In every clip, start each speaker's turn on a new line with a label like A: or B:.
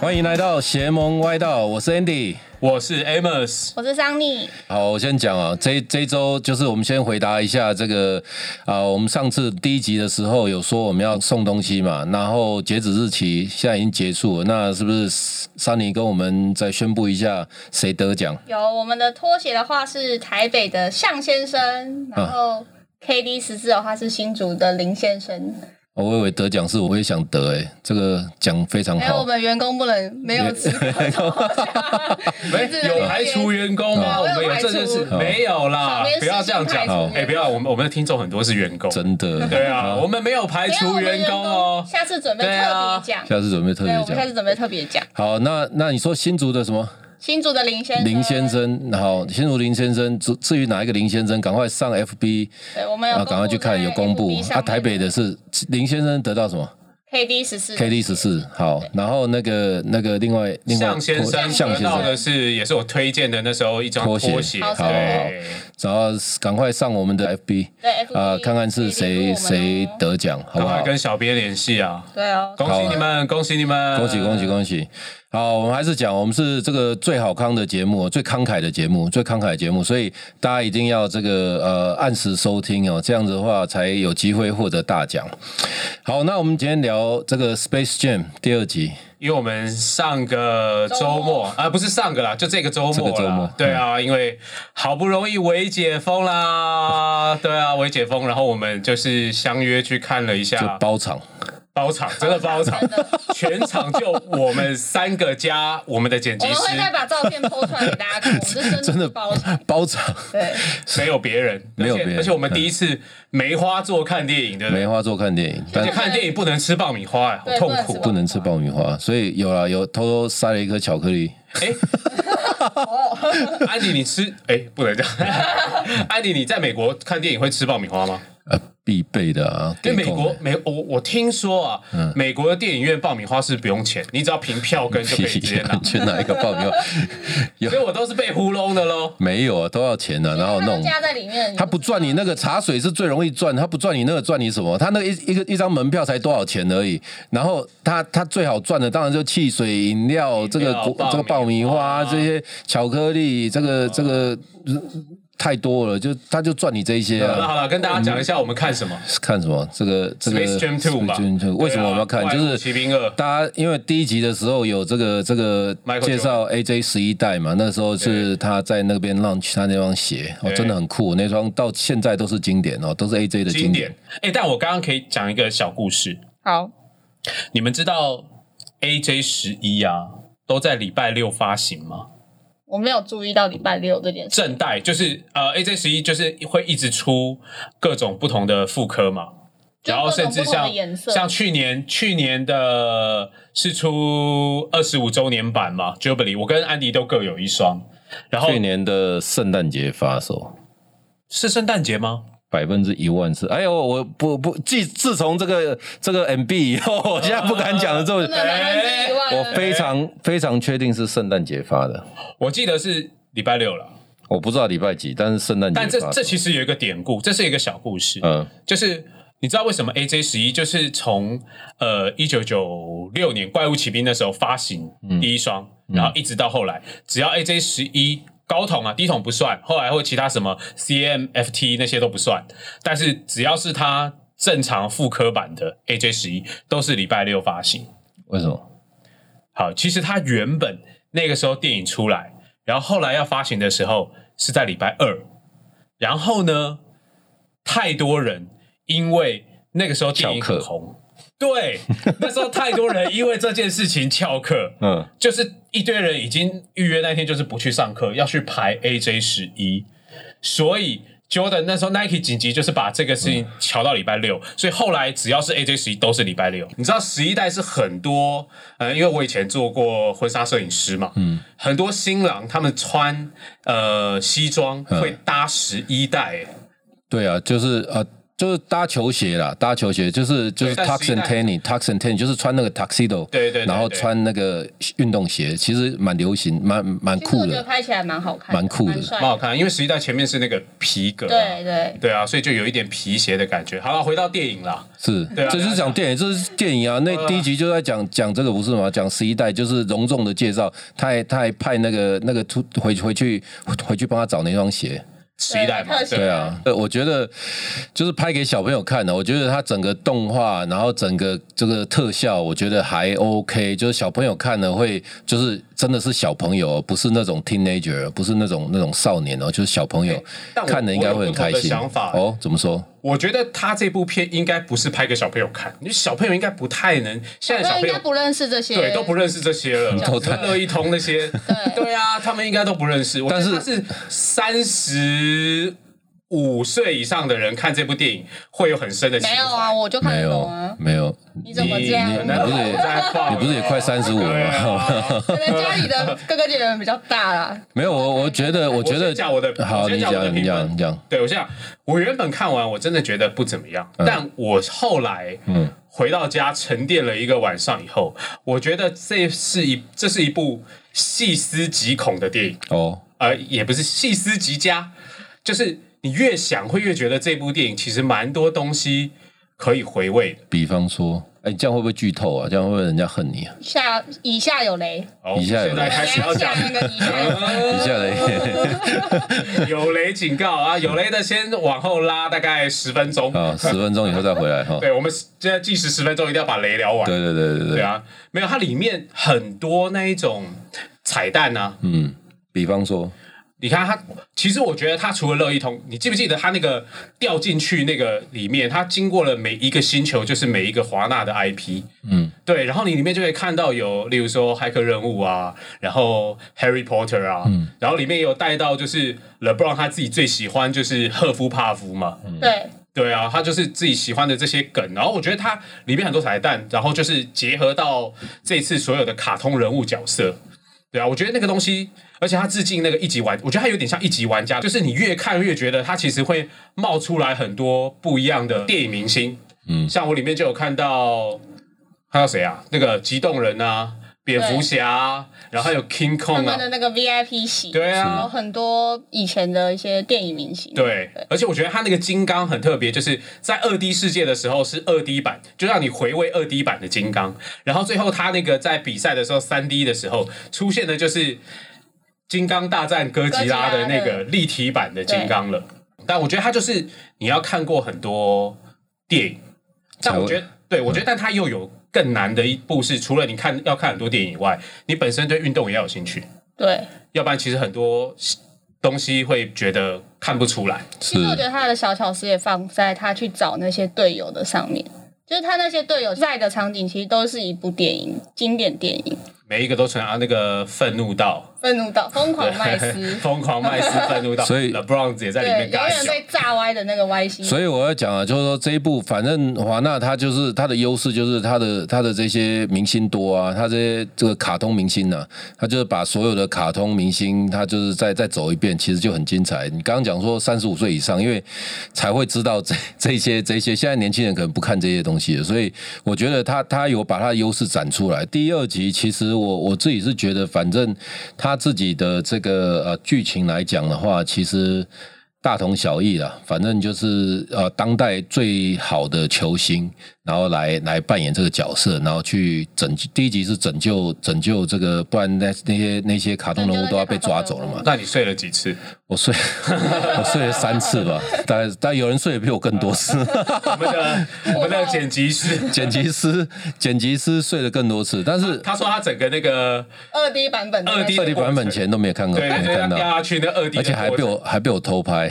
A: 欢迎来到邪门歪道，我是 Andy。
B: 我是 Amos，
C: 我是桑尼，
A: 好，我先讲啊，这这一周就是我们先回答一下这个啊、我们上次第一集的时候有说我们要送东西嘛，然后截止日期现在已经结束了，那是不是桑尼跟我们再宣布一下谁得奖？
C: 有我们的拖鞋的话是台北的向先
A: 嗯
C: 生，然后 K D 十字的话是新竹的林先生，
A: 哦我以为得奖是我也想 得、欸，这个奖非常
C: 还哎有我
A: 好。
C: 们员工不能没有 资格投票
B: 没
C: 是
B: 哎有排除员工吗？
C: 对
B: 我们
C: 哦有
B: 有
C: 排
B: 这件事
C: 除
B: 没有啦
C: 小编，
B: 不要这样
C: 私信排
B: 讲
C: 除员。工
B: 哎，不要，我们我们的听众很多是员工，
A: 真的，嗯
B: 对啊，我们没有排
C: 因为我
B: 除
C: 们
B: 员工哦。
C: 下次准备特
B: 对啊
C: 别奖，
A: 啊下次准备特
C: 对，
A: 别
C: 我们下
A: 奖。
C: 次准备特别奖，
A: 好，那那你说新竹的什么
C: 新竹的林先生，
A: 林先，生？好，新竹林先生，至至于哪一个林先生，赶快上 FB
C: 对，我们有
A: 啊，赶快去看有公布。啊，台北的是林先生得到什么
C: K D 十四
A: ？KD 十四，好，然后那个那个另外另外
B: 向先生
A: 向
B: 得
A: 先
B: 到
A: 生，
B: 的是，也是我推荐的那时候一张
A: 拖
B: 拖
A: 鞋
B: 鞋，
C: 好好
B: 对，
A: 然后赶快上我们的 FB
C: 对 F
A: 啊，看看是谁谁，得奖，好
B: 赶
A: 不
B: 快
A: 好？
B: 跟小编联系啊！
C: 哦对哦，
B: 恭喜你们，恭喜你们，
A: 恭喜恭喜！恭喜！好，我们还是讲，我们是这个最好康的节目，最慷慨的节目，最慷慨的节目，所以大家一定要这个呃按时收听哦，这样子的话才有机会获得大奖。好，那我们今天聊这个《Space Jam》第二集，
B: 因为我们上个周
C: 周
B: 末
C: 末
B: 啊、不是上个啦，就这个周
A: 这
B: 末
A: 个
B: 啦。
A: 周末
B: 对啊，因为好不容易微解封啦，对啊，微解封，然后我们就是相约去看了一
A: 就
B: 下
A: 包场，
B: 包场，真的包场
C: 真的，
B: 全场就我们三个加我们的剪辑
C: 我们
B: 师
C: 会，再把照片 PO 出来给大家看，我们 是
A: 真
C: 真
A: 的
C: 的包场，
A: 包场，
C: 对，
B: 没有别人，
A: 没有
B: 而且
A: 别人
B: 而且我们第一次梅花座看电影，对不对？
A: 梅花座看电影，
B: 而
A: 但
B: 且看电影不能吃爆米花、哎，好
C: 对
B: 痛
C: 不能吃
B: 苦
C: 爆。
A: 不能吃爆米花，所以有啦，有偷偷塞了一颗巧克力。
B: 哎，安迪，你吃哎、不能这样。安迪，你在美国看电影会吃爆米花吗？
A: 呃，必备的啊，
B: 因为
A: 给
B: 美
A: 空
B: 国
A: 的，
B: 美我我听说啊，美国的电影院爆米花是不用钱，你只要凭票根就可以直接拿
A: 去拿一个爆米花，有
B: 所以我都是被糊弄的喽。
A: 没有啊？都要钱的、啊，然后
C: 他
A: 弄
C: 们。加在里面，
A: 他不赚你那个茶水是最容易赚，他不赚你那个赚你什么？他那个一一个一张门票才多少钱而已，然后他他最好赚的当然就汽水、饮料、这个果这个爆米花、这些巧克力，这个这个太多了，就他就赚你这一些
B: 好了
A: 啊。
B: 好了，跟大家讲一下我们看什么。
A: 看什么？这个这个
B: Space Jam 2吧
A: Space Jam 2为什么我们要看？
B: 对啊
A: 就
B: 怪物
A: 是
B: 骑兵二
A: 大家因为第一集的时候有这个这个
B: Michael
A: 介绍 AJ 十一代嘛，那时候是他在那边 launch 他那双鞋，哦，
B: 对
A: 真的很酷，那双到现在都是经典哦，都是 AJ 的
B: 经
A: 经
B: 典
A: 典。。
B: 哎、但我刚刚可以讲一个小故事。
C: 好，
B: 你们知道 AJ 十一啊，都在礼拜六发行吗？
C: 我没有注意到礼拜六这件事。
B: 正代就是呃 AJ 十一就是会一直出各种不同的副科嘛，
C: 就
B: 然后甚至
C: 各种不同
B: 像
C: 的颜色
B: 像去年去年的是出二十五周年版嘛 j u b i l e 我跟安迪都各有一双，然后
A: 去年的圣诞节发售。
B: 是圣诞节吗？
A: 百分之一万次，哎呦，我不不，自自从这个这个 MB 以后， 我现在不敢讲了，这么
C: 真的百分之一万
A: 我
C: 了，
A: 非常非常确定是圣诞节发的，
B: 我记得是礼拜六了，
A: 我不知道礼拜几，但是圣诞节
B: 但这
A: 发的
B: 这其实有一个典故，这是一个小故事，
A: 嗯
B: 就是你知道为什么 AJ 十一就是从呃一九九六年《怪物骑兵》那时候发行第一双，然后一直到后来，只要 AJ 十一高筒啊低筒不算，后来或其他什么 CMFT 那些都不算，但是只要是它正常副科版的 AJ 十一都是礼拜六发行。
A: 为什么？
B: 好，其实它原本那个时候电影出来，然后后来要发行的时候是在礼拜二，然后呢，太多人因为那个时候电影
A: 翘课
B: 很红，对，那时候太多人因为这件事情翘 课，
A: 嗯，
B: 就是一堆人已经预约那天就是不去上课，要去排 AJ 十一，所以 Jordan 那时候 Nike 紧急就是把这个事情调到礼拜六，所以后来只要是 AJ 十一都是礼拜六。你知道十一代是很多，呃，因为我以前做过婚纱摄影师嘛，嗯，很多新郎他们嗯穿呃西装会搭十一代、欸
A: 对啊，就是啊，就是搭球鞋啦，搭球鞋就是就是
B: 对
A: tux
B: 但
A: and
B: 是一
A: tanny，tux and tanny 就是穿那个 tuxedo，
B: 对对对
A: 然后
B: 对
A: 穿那个运动鞋，其实蛮流行，蛮蛮
C: 其实
A: 酷
C: 我觉
A: 的。
C: 得拍起来蛮好看的，
A: 蛮酷的
C: 蛮帅
B: 蛮好看，因为十一代前面是那个皮革、啊，
C: 对对，
B: 对啊，所以就有一点皮鞋的感觉。好了，回到电影啦，
A: 是，
B: 对啊嗯
A: 这就是讲电影，这是电影啊。那第一集就在讲讲这个不是吗？讲十一代就是隆重的介绍，他还他还派那个那个出回回去回去帮他找那双鞋。
B: 十一代嘛，
C: 特写
A: 对啊，呃，我觉得就是拍给小朋友看的。我觉得它整个动画，然后整个这个特效，我觉得还 OK。就是小朋友看了会，就是真的是小朋友，不是那种 teenager，不是那种那种少年哦，就是小朋友
B: 哎但我
A: 看了应该会很开
B: 我有不
A: 心。
B: 同的想法
A: 哦，怎么说？
B: 我觉得他这部片应该不是拍给小朋友看，你小朋友应该不太能，现在小
C: 那
B: 朋
C: 应
B: 友
C: 该不认识这些，
B: 对都不认识这些了，
A: 嗯都
B: 什么乐一通那些，
C: 对
B: 对啊，他们应该都不认识。我觉
A: 但是
B: 得他是三十五岁以上的人看这部电影会有很深的情
C: 没
B: 怀。
C: 有啊，我就看
A: 没
C: 得懂
A: 有
C: 啊，，
A: 没有，
C: 你怎么这样？
A: 你
B: 可
A: 你
B: 能
A: 不是也
B: 我在晃
A: 你不是也快三十五
B: 对
A: 了吗？
B: 啊
C: 可能家里的哥哥姐姐们比较大啦，
A: 没有，我我觉 得，我觉
B: 我
A: 得
B: 先讲我的
A: 好，
B: 我
A: 你
B: 先讲我的
A: 讲，你
B: 评
A: 讲，
B: 分
A: 你讲，
B: 对，我想我原本看完我真的觉得不怎么样，但我后来
A: 嗯
B: 回到家沉淀了一个晚上以后，我觉得这是一这是一部细思极恐的电影，
A: 哦，
B: 呃，也不是细思极佳，就是你越想会越觉得这部电影其实蛮多东西可以回味的。
A: 比方说，哎，这样会不会剧透啊？这样会不会人家恨你啊？
C: 下以下有雷，
B: 好，
A: 以下有
B: 现在
A: 雷
B: 哎开始要讲
C: 下那个以下有雷，
A: 底下嘞。
B: 有雷警告啊，有雷的先往后拉大概十分钟。
A: 啊，十分钟以后再回来哈。
B: 对，我们现在计时十分钟，一定要把雷聊完。
A: 对对对对
B: 对
A: 对，
B: 啊，没有，它里面很多那一种彩蛋啊。
A: 嗯，比方说，
B: 你看它，其实我觉得它除了乐一通，你记不记得它那个掉进去那个里面，它经过了每一个星球，就是每一个华纳的 IP。
A: 嗯，
B: 对，然后你里面就可以看到有，例如说骇客任务啊，然后 Harry Potter 啊，然后里面有带到就是 LeBron 他自己最喜欢就是赫夫帕夫嘛，
C: 对，
B: 对啊，他就是自己喜欢的这些梗，然后我觉得它里面很多彩蛋，然后就是结合到这次所有的卡通人物角色，对啊，我觉得那个东西，而且他致敬那个一级玩，我觉得他有点像一级玩家，就是你越看越觉得他其实会冒出来很多不一样的电影明星，
A: 嗯
B: 像我里面就有看到看到谁啊，那个激动人啊，蝙蝠侠啊，然后还有 King
C: 他
B: Kong
C: 们
B: 啊
C: 的，那个 VIP 席，
B: 对啊
C: 有很多以前的一些电影明星，
B: 对，而且我觉得它那个金刚很特别，就是在二 D 世界的时候是二 D 版，就让你回味二 D 版的金刚。然后最后他那个在比赛的时候三 D 的时候出现的就是《金刚大战哥吉拉》的那
C: 哥吉拉
B: 个
C: 的
B: 立体版的金刚了。但我觉得它就是你要看过很多电影，但我觉得，对我觉得，但它又有更难的一步是，除了你看要看很多电影以外，你本身对运动也要有兴趣，
C: 对。
B: 要不然其实很多东西会觉得看不出来。
A: 是
C: 其实我觉得他的小巧思也放在他去找那些队友的上面，就是他那些队友在的场景，其实都是一部电影，经典电影《
B: 每一个都传啊那个愤怒到
C: 愤怒到疯狂麦斯》，
B: 疯狂麦 斯愤怒到，
A: 所以
B: LeBron 也在里
C: 对，
B: 面
C: 永
B: 尬
C: 远
B: 笑。
C: 被炸歪的那个歪心。
A: 所以我要讲啊，就是说这一部，反正华纳它就是它的优势，就是它的它的这些明星多啊，它这些这个卡通明星呢、啊，它就是把所有的卡通明星，它就是再再走一遍，其实就很精彩。你刚刚讲说三十五岁以上，因为才会知道这 这些这些，现在年轻人可能不看这些东西了，所以我觉得他他有把他的优势展出来。第二集其实我我自己是觉得，反正他自己的这个呃剧情来讲的话，其实。大同小异啦，反正就是呃，当代最好的球星，然后来来扮演这个角色，然后去拯救。第一集是拯救拯救这个，不然那那些那些卡通人物都要被抓走了嘛。
B: 那你睡了几次？
A: 我睡我睡了三次吧，但但有人睡得比我更多次。
B: 我们 的我们的剪辑师，
A: 剪辑师剪辑师睡得更多次，但是
B: 他说他整个那个
C: 二 D 版本的那
B: 2D
A: 二 D 版本前都没有看过，
B: 对
A: 没
B: 对他
A: 看到
B: 掉，下去那二 D，
A: 而且还被我还被我偷 拍，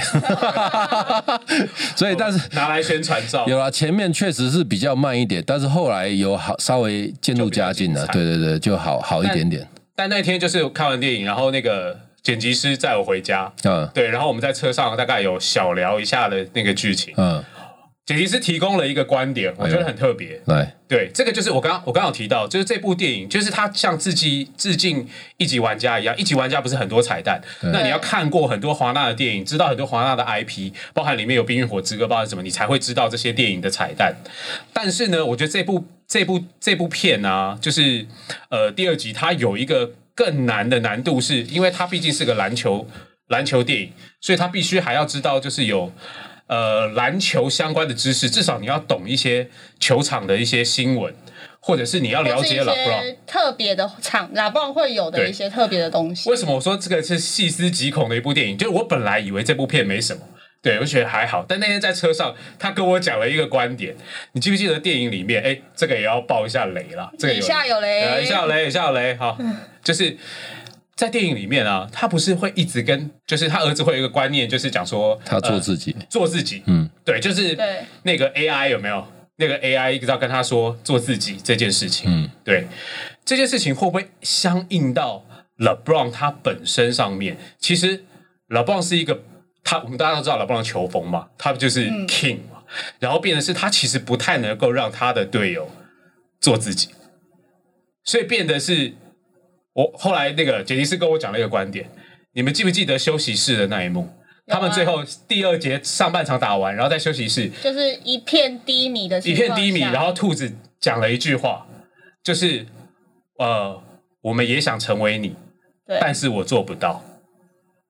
A: 所以哎但是
B: 拿来宣传照。
A: 有啦，前面确实是比较慢一点，但是后来有好稍微渐入佳境了，
B: 就比较
A: 对
B: 精
A: 对对，就好好一点点。
B: 但那天就是看完电影，然后那个剪辑师载我回家，
A: 嗯
B: 对，然后我们在车上大概有小聊一下的那个剧情。
A: 嗯，
B: 剪辑师提供了一个观点，我觉得很特别。
A: 来，
B: 对，这个就是我刚我刚有提到，就是这部电影，就是它像致敬致敬一级玩家一样，一级玩家不是很多彩蛋，那你要看过很多华纳的电影，知道很多华纳的 IP，包含里面有《冰与火之歌》，包含什么，你才会知道这些电影的彩蛋。但是呢，我觉得这部这部这部片啊，就是呃第二集它有一个更难的难度是，因为它毕竟是个篮球篮球电影，所以它必须还要知道就是有。呃篮球相关的知识，至少你要懂一些球场的一些新闻，或者是你要了
C: 或是
B: 解
C: 一
B: 老布朗。
C: 些特别的场，拉布朗会有的
B: 对
C: 一些特别的东西
B: 为。什么我说这个是细思极恐的一部电影？就是我本来以为这部片没什么，对我觉得还好，但那天在车上，他跟我讲了一个观点，你记不记得电影里面？哎，这个也要爆一下雷啦，这个
C: 以下有雷
B: 呃一下有雷，一下有雷，好，就是。在电影里面啊，他不是会一直跟，就是他儿子会有一个观念，就是讲说
A: 他做
B: 呃
A: 自己，
B: 做自己，
A: 嗯
B: 嗯，对，就是
C: 对
B: 那个 AI 有没有？那个 AI 一直要跟他说做自己这件事情，
A: 嗯
B: 嗯，对，这件事情会不会相应到 LeBron 他本身上面？其实 LeBron 是一个他，我们大家都知道 LeBron 的球风嘛，他就是 King 嘛，然后变成是他其实不太能够让他的队友做自己，所以变得是我后来那个杰尼斯跟我讲了一个观点，你们记不记得休息室的那一幕？
C: 有啊
B: 他们最后第二节上半场打完，然后在休息室
C: 就是一片低迷的情
B: 一
C: 况
B: 片低迷，
C: 下
B: 然后兔子讲了一句话，就是呃，我们也想成为你，
C: 对，
B: 但是我做不到。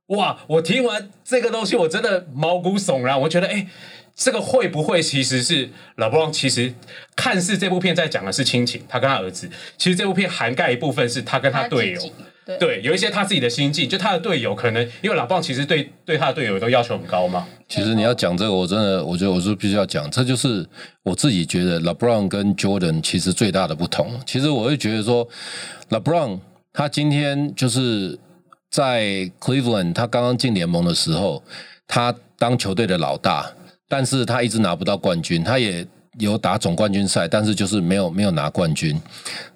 B: 哇！我听完这个东西，我真的毛骨悚然。我觉得，哎、这个会不会其实是老布朗？其实看似这部片在讲的是亲情，他跟他儿子，其实这部片涵盖一部分是他跟他队友
C: 自。己对
B: 对，有一些他自己的心境，就他的队友可能因为老棒其实对对他的队友都要求很高嘛，
A: 其实你要讲这个，我真的，我觉得我是必须要讲，这就是我自己觉得 LeBron 跟 Jordan 其实最大的不同。其实我会觉得说，LeBron 他今天就是在 Cleveland，他刚刚进联盟的时候，他当球队的老大，但是他一直拿不到冠军，他也有打总冠军赛，但是就是没有没有拿冠军。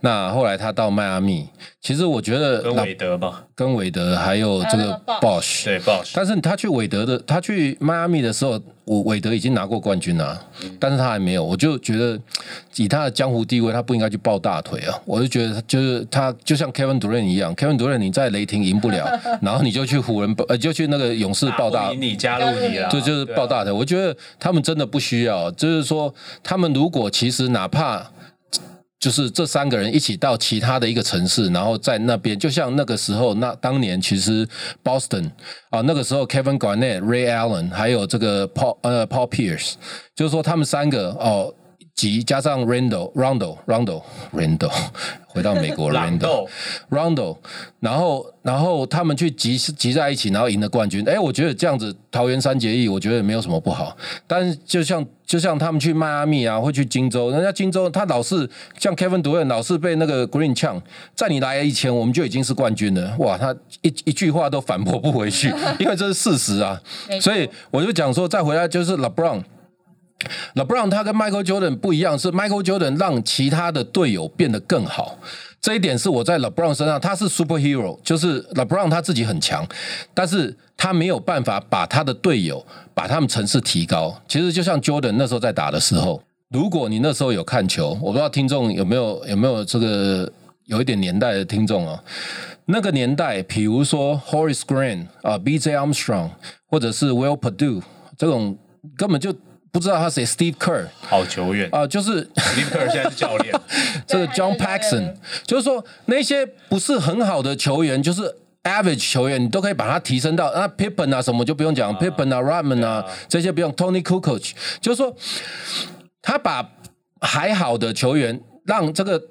A: 那后来他到迈阿密，其实我觉得
B: 跟
A: La-
B: 韦德嘛，
A: 跟韦德还有这
C: 还有那
A: 个
C: 个 Bosh
A: Bosh，
B: 对 b o s
A: 但是他去韦德的，他去迈阿密的时候，我韦德已经拿过冠军了，但是他还没有。我就觉得，以他的江湖地位，他不应该去抱大腿啊！我就觉得，就是他就像 Kevin Durant 一样，Kevin Durant 你在雷霆赢不了，然后你就去湖人，呃，就去那个勇士抱大
B: 不赢你加入你啦，
A: 对，就是
B: 对啊
A: 抱大腿。我觉得他们真的不需要，就是说，他们如果其实哪怕就是这三个人一起到其他的一个城市，然后在那边，就像那个时候，那当年其实 Boston 啊，那个时候 Kevin Garnett、Ray Allen 还有这个 Paul 呃 Paul Pierce，就是说他们三个哦。集加上 Randall、Rondo、Rondo、Randall，回到美 国
B: 朗
A: Randall，
B: 斗
A: Rondo，然后然后他们去集集在一起，然后赢了冠军。哎，我觉得这样子桃园三结义，我觉得没有什么不好。但是就像就像他们去迈阿密啊，会去荆州，人家荆州他老是像 Kevin Durant 老是被那个 Green 呛，在你来以前我们就已经是冠军了。哇，他一一句话都反驳不回 去，因为这是事实啊。
C: 没错
A: 所以我就讲说，再回来就是 LeBron。LeBron 他跟 Michael Jordan 不一样，是 Michael Jordan 让其他的队友变得更好。这一点是我在 LeBron 身上，他是 superhero，就是 LeBron 他自己很强，但是他没有办法把他的队友把他们层次提高。其实就像 Jordan 那时候在打的时候，如果你那时候有看球，我不知道听众有没有有没有这个有一点年代的听众哦，那个年代，比如说 Horace Grant 啊、B.J. Armstrong 或者是 Will Perdue 这种根本就不知道他谁，Steve Kerr
B: 好球员
A: 啊、就是
B: 林克尔现在是教练，
A: 这个
C: 对
A: John
C: 还有那个
A: Paxson，就是说那些不是很好的球员，就是 average 球员，你都可以把他提升到那 Pippen 啊什么就不用讲、p i p p e n 啊 Rodman 啊这些不用，Tony Kukoc，就是说他把还好的球员让这个。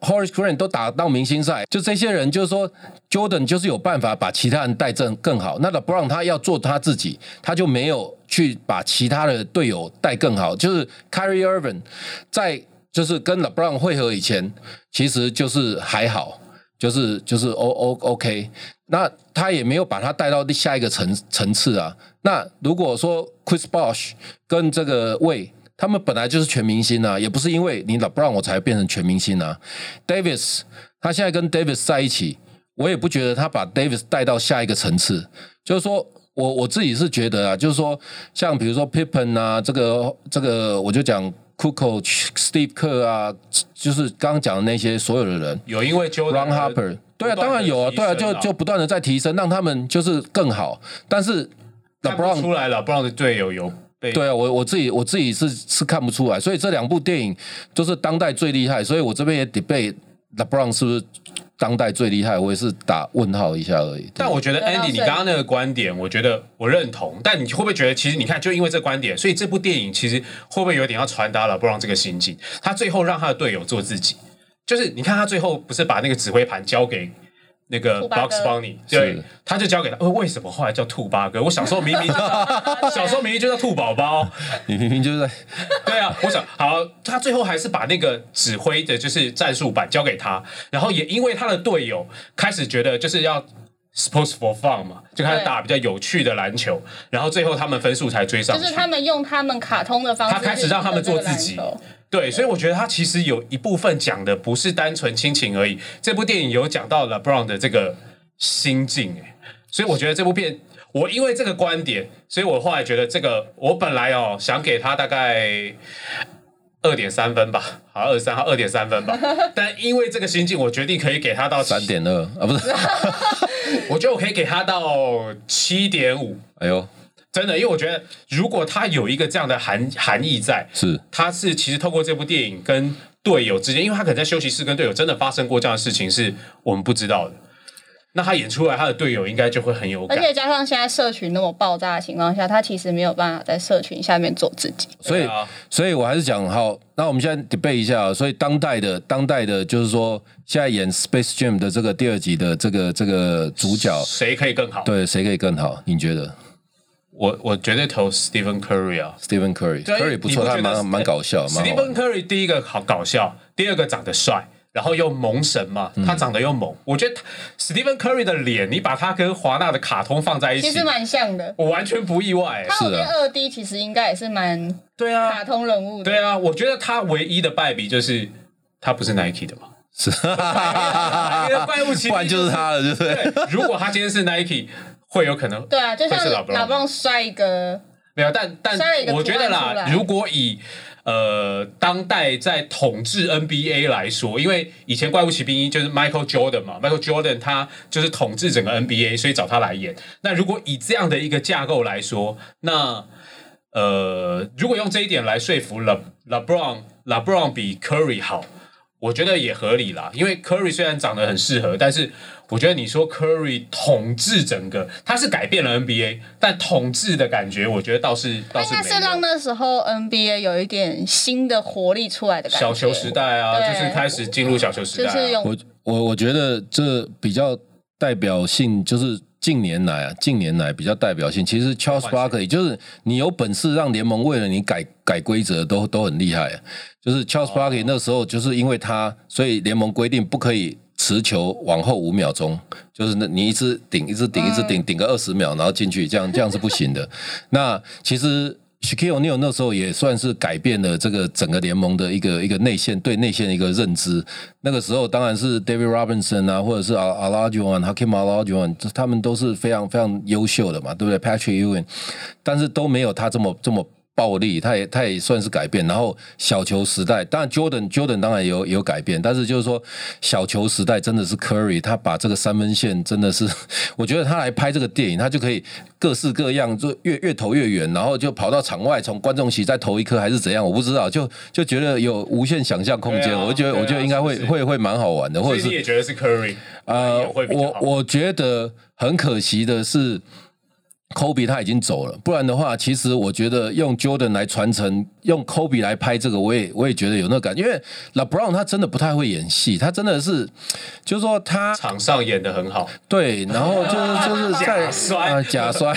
A: Horace Grant 都打到明星赛，就这些人，就是说 Jordan 就是有办法把其他人带正更好。那 LeBron 他要做他自己，他就没有去把其他的队友带更好。就是 Kyrie Irving 在就是跟 LeBron 会合以前，其实就是还好，就是就是 O O OK，那他也没有把他带到下一个层层次啊。那如果说 Chris Bosh 跟这个魏，他们本来就是全明星啊，也不是因为你 LeBron 我才变成全明星啊。Davis 他现在跟 Davis 在一起，我也不觉得他把 Davis 带到下一个层次，就是说。我我自己是觉得啊，就是说，像比如说 Pippen 啊，这个这个，我就讲 Kuko、Steve Kerr 啊，就是刚刚讲的那些所有的人
B: 有因为
A: ，Ron
B: Jordan 而
A: Harper，对啊，
B: 不断地
A: 当然有啊，对啊，
B: 提升
A: 就
B: 啊
A: 就不断的在提升，让他们就是更好。但是
B: 看不
A: LeBron
B: 出来了，Brown 的队友有被
A: 对啊，我我自己我自己是是看不出来，所以这两部电影就是当代最厉害，所以我这边也 debate LeBron 是不是当代最厉害，我也是打问号一下而已。
B: 但我觉得
C: 对
B: Andy，你刚刚那个观点，我觉得我认同。但你会不会觉得，其实你看，就因为这观点，所以这部电影其实会不会有点要传达了布朗这个心境？他最后让他的队友做自己，就是你看他最后不是把那个指挥盘交给那个 b
C: 兔八
B: o
C: 哥
B: x b o n n y
A: 是
B: 对，他就交给他。呃，为什么后来叫兔八哥？我小时候明明就 叫小时候明明就叫兔宝宝。
A: 你明明就是在
B: 对啊，我想好，他最后还是把那个指挥的，就是战术板交给他，然后也因为他的队友开始觉得就是要 sports for fun 嘛，就开始打比较有趣的篮球，然后最后他们分数才追上
C: 就
B: 去。
C: 是他们用他们卡通的方式，
B: 他开始让他们做自己对，所以我觉得他其实有一部分讲的不是单纯亲情而已，这部电影有讲到 LeBron 的这个心境、欸，所以我觉得这部片，我因为这个观点，所以我后来觉得这个，我本来哦想给他大概二点三分吧，好二三号二点三分吧，但因为这个心境，我决定可以给他到
A: 三，点二啊， 不是？
B: 我觉得我可以给他到七点五，
A: 哎呦，
B: 真的，因为我觉得如果他有一个这样的含含义在，
A: 是
B: 他是其实透过这部电影跟队友之间，因为他可能在休息室跟队友真的发生过这样的事情，是我们不知道的。那他演出来，他的队友应该就会很有
C: 而
B: 感。
C: 且加上现在社群那么爆炸的情况下，他其实没有办法在社群下面做自己。
A: 所以、
B: 对啊
A: 所以我还是讲好，那我们现在 debate 一下，所以当代的当代的，就是说现在演 Space Jam 的这个第二集的这个这个主角，
B: 谁可以更好？
A: 对谁可以更好？你觉得
B: 我我绝对投 Stephen Curry 啊
A: Stephen Curry
B: 对
A: Curry 不错，
B: 你不觉
A: 他
B: 得
A: 蛮蛮搞笑，蛮好玩
B: ！Stephen。Curry 第一个好搞笑，第二个长得帅，然后又萌神嘛，他长得又萌。我觉得他 Stephen Curry 的脸，你把他跟华纳的卡通放在一
C: 其
B: 起
C: 实，蛮像的。
B: 我完全不意外、欸
C: 他我觉得
A: 是啊
C: 二 D 其实应该也是蛮
B: 对啊，
C: 卡通人物的，
B: 对啊，我觉得他唯一的败笔就是他不是 Nike 的嘛。
A: 是，
B: 因为怪物奇兵
A: 不然就是他了，对不对？
B: 对， 如果他今天是 Nike，会有可能
C: 对啊，就像
B: 会是老布朗
C: 老布朗摔一个，
B: 没有，但但
C: 塞了一个图案
B: 我觉得
C: 出
B: 啦，
C: 来
B: 如果以呃当代在统治 NBA 来说，因为以前怪物骑兵一就是 Michael Jordan 嘛，Michael Jordan 他就是统治整个 NBA，所以找他来演。那如果以这样的一个架构来说，那呃，如果用这一点来说服 Le LeBron LeBron 比 Curry 好，我觉得也合理啦。因为 Curry 虽然长得很适合，但是我觉得你说 Curry 统治整个，他是改变了 NBA，但统治的感觉，我觉得倒是倒
C: 他
B: 是
C: 应
B: 没有。
C: 该是让哎那时候 NBA 有一点新的活力出来的感觉。
B: 小球时，代啊，
C: 对
B: 就是开始进入小球时代、
C: 就
B: 啊，
C: 是用
A: 我我我觉得这比较代表性，就是近年来啊，近年来比较代表性，其实 Charles
B: 换谁
A: Barkley 就是你有本事让联盟为了你改改规则都都很厉害、啊，就是 Charles Barkley 那时候就是因为他，所以联盟规定不可以。持球往后五秒钟，就是那你一直顶，一直顶，一直顶，顶个二十秒，然后进去，这样这样是不行的。那其实 Shaquille O'Neal 那时候也算是改变了这个整个联盟的一个一个内线对内线的一个认知。那个时候当然是 David Robinson 啊，或者是 Al Alajuwon、Hakim Alajuwon，这他们都是非常非常优秀的嘛，对不对？Patrick Ewing，但是都没有他这么这么。暴力，他也他也算是改变。然后小球时代，当然 Jordan Jordan 当然也有也有改变，但是就是说小球时代真的是 Curry，他把这个三分线真的是， 我觉得他来拍这个电影，他就可以各式各样，就越越投越远，然后就跑到场外，从观众席再投一颗还是怎样，我不知道，就就觉得有无限想象空间。
B: 对啊
A: 我就觉得、
B: 对啊
A: 我觉得应该会
B: 是不是
A: 会会蛮好玩的，或
B: 所
A: 者
B: 以
A: 是
B: 你也觉得是 Curry，
A: 呃
B: 也会，比较
A: 我
B: 好
A: 我觉得很可惜的是。科比他已经走了，不然的话，其实我觉得用 Jordan 来传承，用科比来拍这个，我也我也觉得有那感觉，因为 LeBron 他真的不太会演戏，他真的是，就是说他
B: 场上演的很好，
A: 对，然后就是 就是在
B: 假摔
A: 啊假摔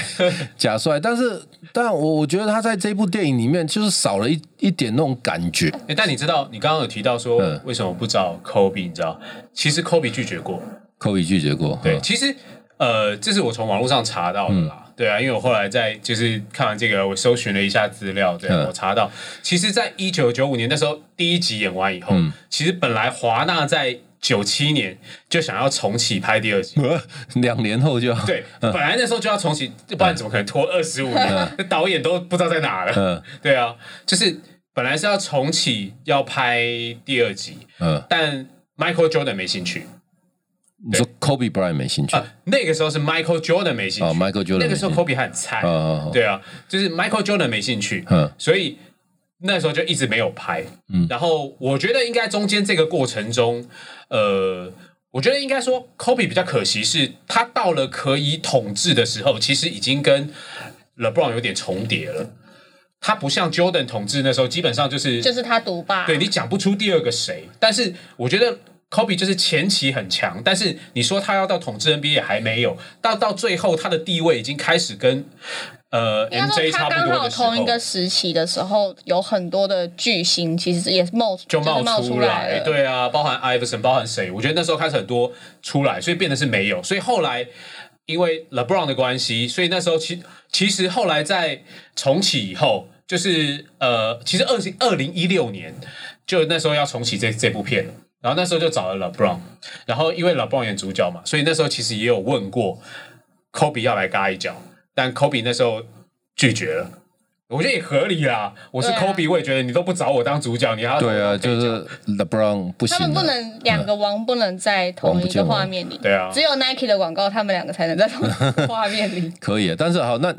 A: 假摔，但是但我我觉得他在这部电影里面就是少了一一点那种感觉，
B: 欸但你知道，你刚刚有提到说
A: 嗯
B: 为什么不找 Kobe？你知道，其实 Kobe 拒绝过。
A: 科比拒绝过，
B: 对，
A: 嗯
B: 其实呃，这是我从网络上查到的啦。对啊，因为我后来在就是看完这个，我搜寻了一下资料，对啊、
A: 嗯
B: 我查
A: 嗯
B: 到，其实，在一九九五年那时候第一集演完以后，其实本来华纳在九七年就想要重启拍第二
A: 嗯
B: 集。
A: 两年后就好。
B: 对，本来那时候就要重启，不然怎么可能拖二十五年？那导演都不知道在哪了。
A: 嗯
B: 对啊，就是本来是要重启，要拍第二集，
A: 嗯，
B: 但 Michael Jordan 没兴趣
A: 你说 Kobe Bryant 没兴趣
B: 啊。那个时候是 Michael Jordan 没兴
A: 哦
B: 趣
A: Michael Jordan
B: 那个时候
A: 没
B: Kobe 还很菜。
A: 哦哦哦
B: 对啊，就是 Michael Jordan 没兴趣，
A: 嗯
B: 所以那时候就一直没有拍。然后我觉得应该中间这个过程中，呃，我觉得应该说 Kobe 比较可惜是，他到了可以统治的时候，其实已经跟 LeBron 有点重叠了。他不像 Jordan 统治那时候，基本上就是
C: 就是他独霸。
B: 对你讲不出第二个谁。但是我觉得 Kobe 就是前期很强，但是你说他要到统治 NBA 也还没有，到到最后他的地位已经开始跟呃
C: 应该说
B: MJ 差不
C: 他刚
B: 多
C: 好
B: 的时
C: 同一
B: 候
C: 个。时期的时候，有很多的巨星其实也冒
B: 就
C: 冒
B: 冒
C: 出
B: 来，
C: 了。
B: 对啊，包含 Iverson，包含谁？我觉得那时候开始很多出来，所以变得是没有。所以后来因为 LeBron 的关系，所以那时候其其实后来在重启以后，就是呃，其实二零二零一六年就那时候要重启这这部片了。然后那时候就找了 LeBron，然后因为 LeBron 演主角嘛，所以那时候其实也有问过 Kobe 要来嘎一脚，但 Kobe 那时候拒绝了。我觉得也合理啦，我是
C: 对啊
B: Kobe，、我也觉得你都不找我当主角，你还要
A: 对啊，就是 LeBron 不行
C: 他
A: 啊，。
C: 们不能两个王不能在同一个画面里，
B: 对啊
C: 只有 Nike 的广告，他们两个才能在同一个画面里
A: 可以啊，但是好，那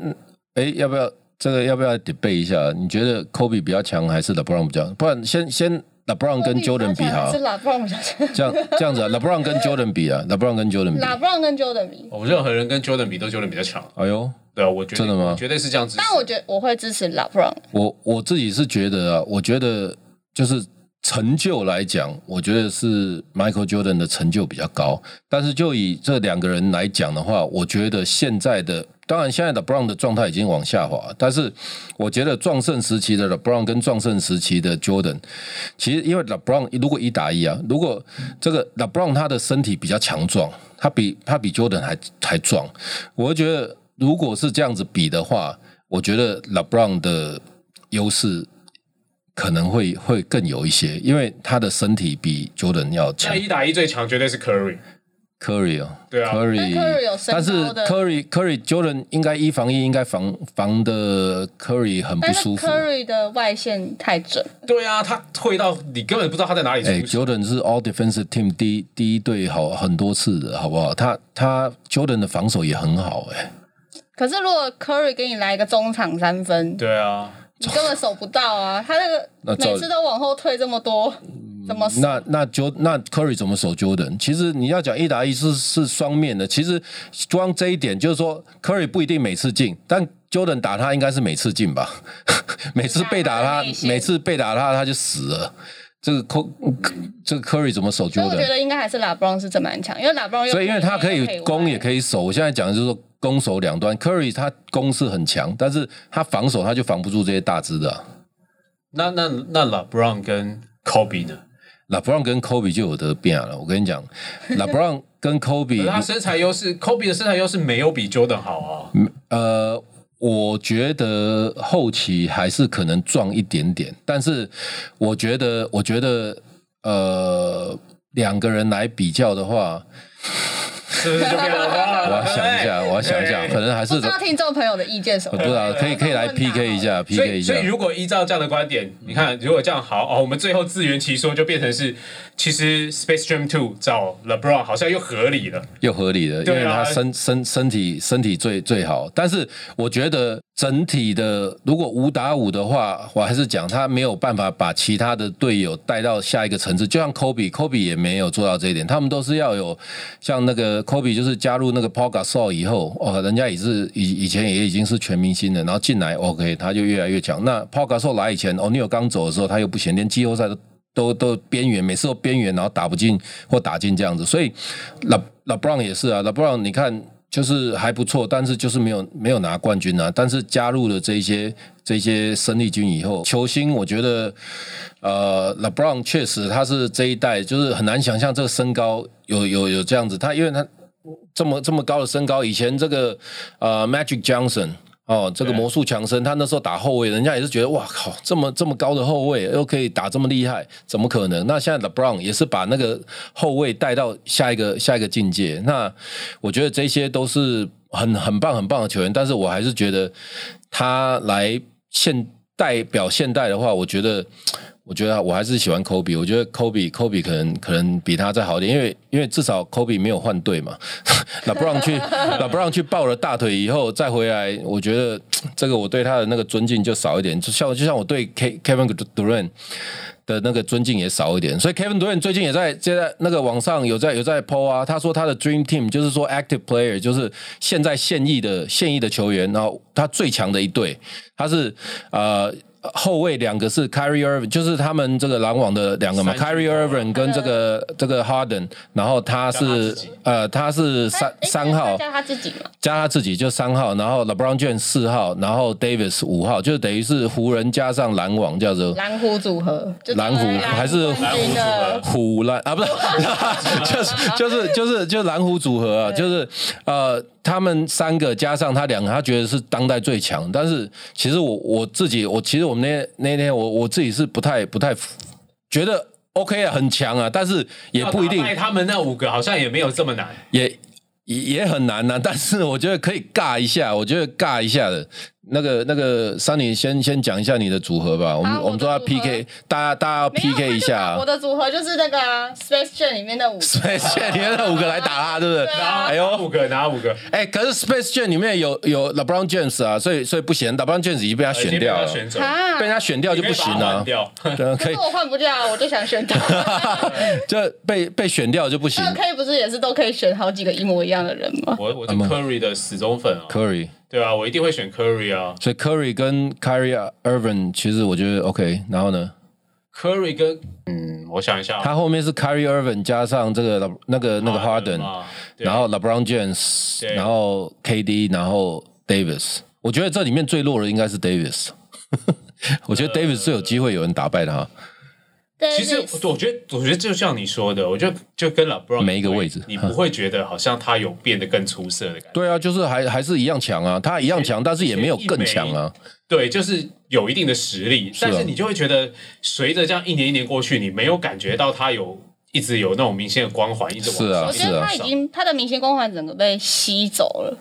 A: 哎，诶要不要这个要不要 debate 一下？你觉得 Kobe 比较强还是 LeBron 比较？不然先先 LeBron 跟 Jordan 比好
C: 是
A: 了，
C: LeBron 比较强
A: 这样这样子啊，LeBron 跟 Jordan 比啊，LeBron 跟 Jordan 比，
C: ，LeBron 跟 Jordan 比，
B: 我哦任何人跟 Jordan 比都 Jordan 比较强，
A: 哎呦，
B: 对啊，我觉得
A: 真的吗
B: 绝对是这样子。
C: 但我觉得我会支持 LeBron。
A: 我我自己是觉得啊，我觉得就是成就来讲，我觉得是 Michael Jordan 的成就比较高。但是就以这两个人来讲的话，我觉得现在的当然现在的 Brown 的状态已经往下滑，但是我觉得壮盛时期的 LeBron 跟壮盛时期的 Jordan，其实因为 LeBron 如果一打一啊，如果这个 LeBron 他的身体比较强壮，他比他比 Jordan 还还壮，我觉得如果是这样子比的话，我觉得 LeBron 的优势可能会会更有一些，因为他的身体比 Jordan 要
B: 现在
A: 强。
B: 一打一最强绝对是 Curry，
A: Curry 哦，
B: 哎对啊
A: c u r r
C: 但
A: y
C: Curry 有身
A: 但是
C: 高的
A: Curry Curry Jordan 应该一防一，应该防防的 Curry 很不
C: 但是
A: 舒服。
C: Curry 的外线太准，
B: 对啊，他退到你根本不知道他在哪里
A: 哎、
B: 出
A: j
B: 手。
A: o r d a n 是 All Defensive Team 第一第一队好很多次的，好不好？他他 Jordan 的防守也很好、哎，
C: 可是如果 Curry 给你来一个中场三分，
B: 对啊，
C: 你根本守不到 啊！他那个
A: 那照理嗯
C: 每次都往后退这么多，怎么守？
A: 那那 Jo 那 Curry 怎么守 Jordan？其实你要讲一打一是是双面的，其实光这一点就是说 Curry 不一定每次进，但 Jordan 打他应该是每次进吧， 每次被打
C: 打他
A: 他
C: 的内，线
A: 每次被打他他就死了。这个 Co 这个 Curry 怎么守
C: 所以我
A: Jordan？
C: 觉得应该还是 LeBron 是真蛮强，因为 LeBron 又
A: 所以因为他可以攻也
C: 以
A: 可以守，我现在讲的就是说攻守两端。Curry 他攻是很强，但是他防守他就防不住这些大只的、啊。
B: 那那那 LeBron 跟 Kobe 呢？
A: LeBron 跟 Kobe 就有得变了，我跟你讲，LeBron 跟
B: 可
A: Kobe，
B: 是他身材优势，Kobe 的身材优势没有比 Jordan 好啊。
A: 呃，我觉得后期还是可能壮一点点，但是我觉得，我觉得，呃，两个人来比较的 话，
B: 是不是就变 LeBron
A: 我要
B: 了？
A: 想一下，
B: 对不对
A: 我要想一下，
B: 对
A: 可能还是
C: 不知道听众朋友的意见什
A: 我
C: 么
A: 不。知道，可以可以
C: 啊
A: 来 PK 一下
B: 所
A: ，PK
B: 以，
A: 一下嗯
B: 所以。如果依照这样的观点，你看，如果这样好哦，我们最后自圆其说，就变成是，其实 Space Jam Two 找 LeBron 好像又合理了。
A: 又合理的，因
B: 对啊
A: 为他身身身体身体最最好。但是我觉得整体的，如果五打五的话，我还是讲他没有办法把其他的队友带到下一个层次。就像 Kobe，Kobe 也没有做到这一点。他们都是要有像那个 Kobe，就是加入那个 p o g a s o l 以后，哦，人家也是以以前也已经是全明星了，然后进来 OK，他就越来越强。那 p o g a s o l 来以前，o n e i l 刚走的时候，他又不行，连季后赛都都都边缘，每次都边缘，然后打不进或打进这样子。所以拉拉布朗也是啊，拉布朗你看就是还不错，但是就是没有没有拿冠军啊。但是加入了这一些这一些生力军以后，球星我觉得呃拉布朗确实他是这一代，就是很难想象这个身高有有有这样子，他因为他这么这么高的身高，以前这个呃 Magic Johnson。哦，这个
B: 对
A: 魔术强森，他那时候打后卫，人家也是觉得哇靠，这么这么高的后卫又可以打这么厉害，怎么可能？那现在 LeBron 也是把那个后卫带到下一个下一个境界。那我觉得这些都是很很棒很棒的球员，但是我还是觉得他来现代表现代的话，我觉得。我觉得我还是喜欢 Kobe，我觉得 Kobe Kobe 可能可能比他再好一点，因为因为至少 Kobe 没有换队嘛。LeBron 去 LeBron 去抱了大腿以后再回来，我觉得这个我对他的那个尊敬就少一点，就像就像我对 K, Kevin Durant 的那个尊敬也少一点。所以 Kevin Durant 最近也在就在那个网上有在有在 PO 啊，他说他的 Dream Team 就是说 Active Player 就是现在现役的现役的球员，然后他最强的一队，他是呃。后卫两个是 Kyrie Irving，就是他们这个篮网的两个嘛
B: 三
A: ，Kyrie
B: 巨头啊
A: Irving 跟这个这个 Harden，然后他
B: 加他自
A: 是
B: 己
A: 呃他是三
C: 哎
A: 三号，
C: 加他自己嘛，
A: 加他自己就三号，然后 LeBron James 四号，然后 Davis 五号，就等于是湖人加上篮网叫做
C: 蓝湖组合，就
A: 蓝湖
C: 这个
A: 还是
C: 冠军的
A: 虎篮啊，不是， 就是就是就是就是蓝湖组合啊，就是呃，他们三个加上他两个，他觉得是当代最强。但是其实我我自己，我其实我们那天那天我我自己是不太不太觉得 OK 啊，很强啊，但是也不一定
B: 要打败他们那五个好像也没有这么难。
A: 也也也很难呐、 但是我觉得可以尬一下，我觉得尬一下的。那个那个，桑尼先先讲一下你的组合吧。我们、
C: 啊
A: 我们说要
C: 我的组合
A: PK，大家大家要
C: 没有
A: PK 一下、
C: 他就把我的组合就是那个啊 Space Jam 里面的五个，
A: Space Jam 里面那五个来打他，对不对？
C: 对啊
A: 哎
B: 拿
A: 呦，
B: 五个拿五个，
A: 哎，可是 Space Jam 里面有有 LeBron James 啊，所以所以不行，LeBron James 已经被他选掉
B: 已
A: 了，
B: 呃经被他选走，
C: 啊
A: 被人家选掉就不行
B: 你可以把它
A: 了
B: 换、掉
A: 对啊，可
C: 可
A: 以
C: 是，我换不掉，我就想选他。
A: 就被被选掉就不行。
C: 那 K 不是也是都可以选好几个一模一样的人吗？
B: 我我
A: 啊
B: 是 Curry 的死忠粉啊，
A: Curry，
B: 对啊，我一定会选 Curry 啊
A: 所以 Curry 跟 Kyrie Irving 其实我觉得 OK，然后呢？
B: ，Curry 跟嗯，我想一下啊，
A: 他后面是 Kyrie Irving 加上这个 Le- 那个那个 Harden，
B: 嘛对啊
A: 然后 LeBron James，
B: 对
A: 然后 KD，然后 Davis。我觉得这里面最弱的应该是 Davis。我觉得
B: 呃
A: Davis 最有机会有人打败他。
C: 对，
B: 其实
C: 是
B: 我觉得，我觉得就像你说的，我觉得就跟 LeBron
A: 每一个位置
B: 你不会觉得好像他有变得更出色的感觉。
A: 对啊，就是还还是一样强啊，他一样强，但是也没有更强啊。
B: 对，就是有一定的实力，但是你就会觉得，随着这样一年一年过去，你没有感觉到他有一直有那种明显的光环，一直往
A: 是啊
C: 我
B: 上
C: 觉得他已经他的明星光环整个被吸走了，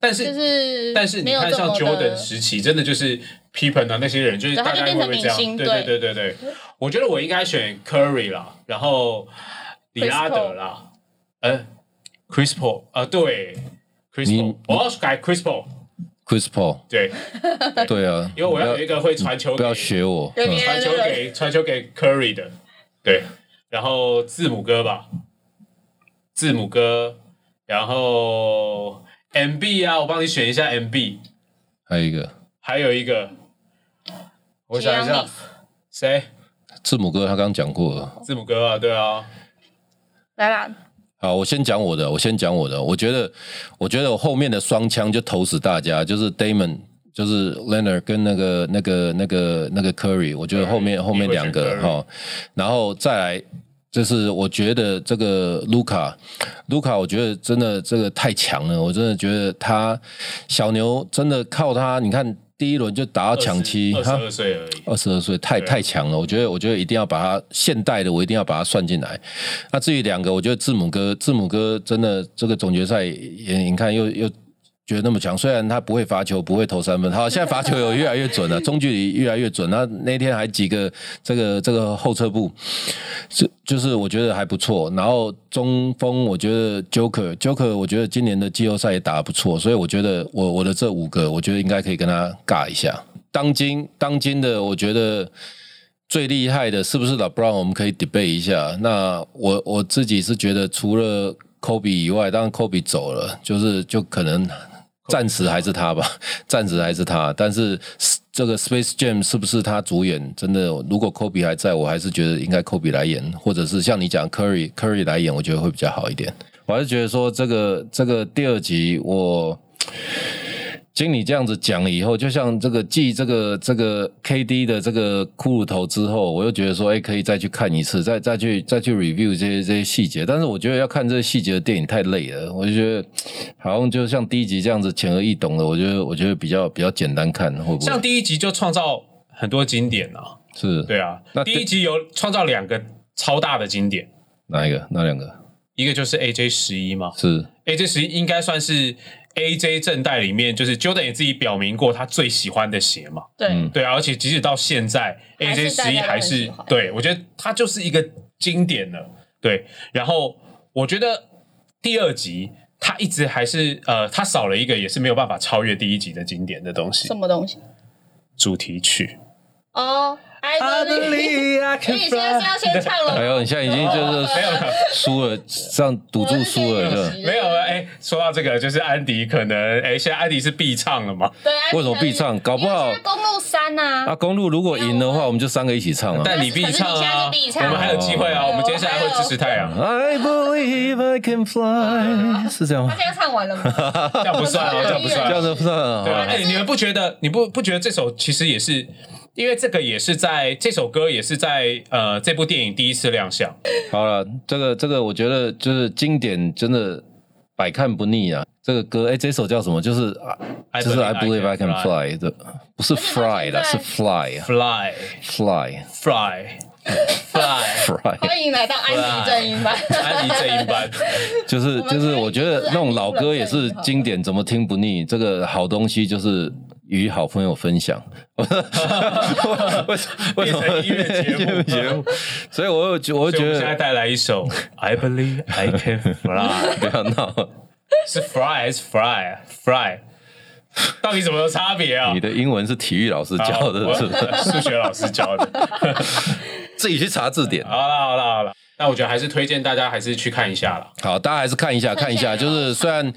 B: 但
C: 就是是
B: 但是你
C: 没有
B: 看
C: 这
B: 像
C: 么
B: Jordan
C: 的。
B: 时期，真的就是 Pippen 啊那些人，就是
C: 对
B: 大
C: 他
B: 概
C: 就变
B: 会
C: 成
B: 会
C: 明
B: 这样。
C: 星
B: 对对对对对，我觉得我应该选 Curry 啦，然后里拉德啦，呃，Chris Paul 啊、对，Chris
A: 你
B: Paul，我要改 Chris Paul，
A: Chris Paul，
B: 对，
A: 对啊，
B: 因为我要有
A: 你
B: 一个会传
A: 不
B: 球
A: 要不
B: 给
A: 要学我。
C: 对
A: 嗯
C: 别
B: 传
C: 人
B: 球给传球给 Curry 的，对，然后字母哥吧，字母哥，然后 MB 啊，我帮你选一下 MB，
A: 还有一个
B: 还有一个，我想一
C: Giannis
B: 下，谁？
A: 字母哥，他刚刚讲过了。
B: 字母哥啊，对啊，
C: 来啦，
A: 好，我先讲我的，我先讲我的。我觉得，我觉得我后面的双枪就投死大家，就是 Damon，就是 Leonard 跟那个那个那个那个 Curry，我觉得后面
B: Curry，
A: 后面
B: 你会
A: 两
B: 选
A: 个
B: Curry
A: 哈、哦，然后再来就是我觉得这个卢卡，卢卡，我觉得真的这个太强了，我真的觉得他小牛真的靠他，你看第一轮就打到啊抢七，
B: 二十
A: 哈。
B: 二岁而已。
A: 二十二岁太
B: 对啊
A: 太强了，我觉得我觉得一定要把它现代的，我一定要把它算进来。那至于两个，我觉得字母哥字母哥真的这个总决赛也你看又又觉得那么强，虽然他不会罚球，不会投三分，好，现在罚球有越来越准了，中距离越来越准。那那天还几个这个这个后撤步，就就是我觉得还不错。然后中锋，我觉得 Joker Joker，我觉得今年的季后赛也打得不错，所以我觉得我我的这五个，我觉得应该可以跟他尬一下。当今当今的，我觉得。最厉害的是不是 LeBron？我们可以 debate 一下。那我我自己是觉得，除了 Kobe 以外，当然 Kobe 走了，就是就可能暂时还是他吧，暂时还是他。但是这个 Space Jam 是不是他主演？真的，如果 Kobe 还在，我还是觉得应该 Kobe 来演，或者是像你讲 Curry Curry 来演，我觉得会比较好一点。我还是觉得说这个这个第二集我。经你这样子讲了以后，就像这个继这个这个 KD 的这个骷髅头之后，我又觉得说，哎，可以再去看一次，再再去再去 review 这些这些细节。但是我觉得要看这些细节的电影太累了，我就觉得好像就像第一集这样子浅而易懂的，我觉得我觉得比较比较简单看，会不
B: 像
A: 会
B: 第一集就创造很多经典啊，
A: 是
B: 对啊
A: 那，
B: 第
A: 对
B: 一集有创造两个超大的经典，
A: 哪一个？哪两个？
B: 一个就是 AJ 十一嘛
A: 是
B: ，AJ 十一应该算是 AJ 正代里面，就是 Jordan 也自己表明过他最喜欢的鞋嘛，
C: 对，
A: 嗯
B: 对啊，而且即使到现在
C: 还
B: ，AJ
C: 是大
B: 十一
C: 家都
B: 还
C: 很
B: 是
C: 喜欢
B: 对我觉得它就是一个经典了。对，然后我觉得第二集它一直还是呃，它少了一个也是没有办法超越第一集的经典的东西
C: 什么东西？
B: ——主题曲。
C: 哦、i believe，
B: I
C: 所以现在是要先唱了吗。哦
A: 哎呦，你现在已经就是
B: 没有了。
A: 输了，这样赌注输了，
C: 我是
A: 就
C: 先有
B: 没有了，哎，说到这个，就是安迪可能，哎，现在安迪是必唱了嘛？
C: 对啊，
A: 为什么必唱搞不好
C: 因为现在公路三呐、
A: 啊，公路如果赢的话，我们就三个一起唱啊。
B: 但你必唱啊，
C: 可是你现在是必唱哎
B: 我们还有机会啊，
C: 哦
B: 我们接下来会支持太阳，
A: I believe I can fly，是这样吗
C: 他？现在唱完了吗？
B: 这样不算啊，这样不算
A: 这
B: 啊，
A: 样子不算
B: 对啊，
A: 啊。
B: 哎、你们不觉得？你不不觉得这首其实也是，因为这个也是在这首歌也是在呃这部电影第一次亮相。
A: 好了，这个这个，我觉得就是经典，真的百看不腻啊。这个歌，哎，这首叫什么？就是啊
B: I
A: 就是 I
B: believe
A: believe I
B: I
A: can
B: can 哎
A: fly 的，不是 fry 啦，是 fly 啊
B: Fly,
A: fly 啊
B: fly, fly，
A: fly，
C: 欢迎来到安
B: 啊
C: 迪正音班。
B: 安迪这一班，
A: 就是
C: 我们
A: 就是，
C: 可以
A: 我觉得那种老歌也是经典，怎么听不腻？这个好东西就是。与好朋友分享， 为什么为什么
B: 变成音乐节目
A: 节目？所以我又觉我又
B: 所以
A: 觉
B: 我们现
A: 得
B: 在带来一首 I believe I can fly，
A: 不要闹，
B: 是 fly 还是 fly fly？到底什么差别啊
A: 你？的英文是体育老师教
B: 好
A: 的，
B: 我
A: 是不 是？
B: 数学老师教的。
A: 自己去查字典。
B: 好了好了好了，那我觉得还是推荐大家还是去看一下啦。
A: 好，大家还是看一下，看
C: 看
A: 一
C: 一
A: 下。
C: 下
A: 就是虽然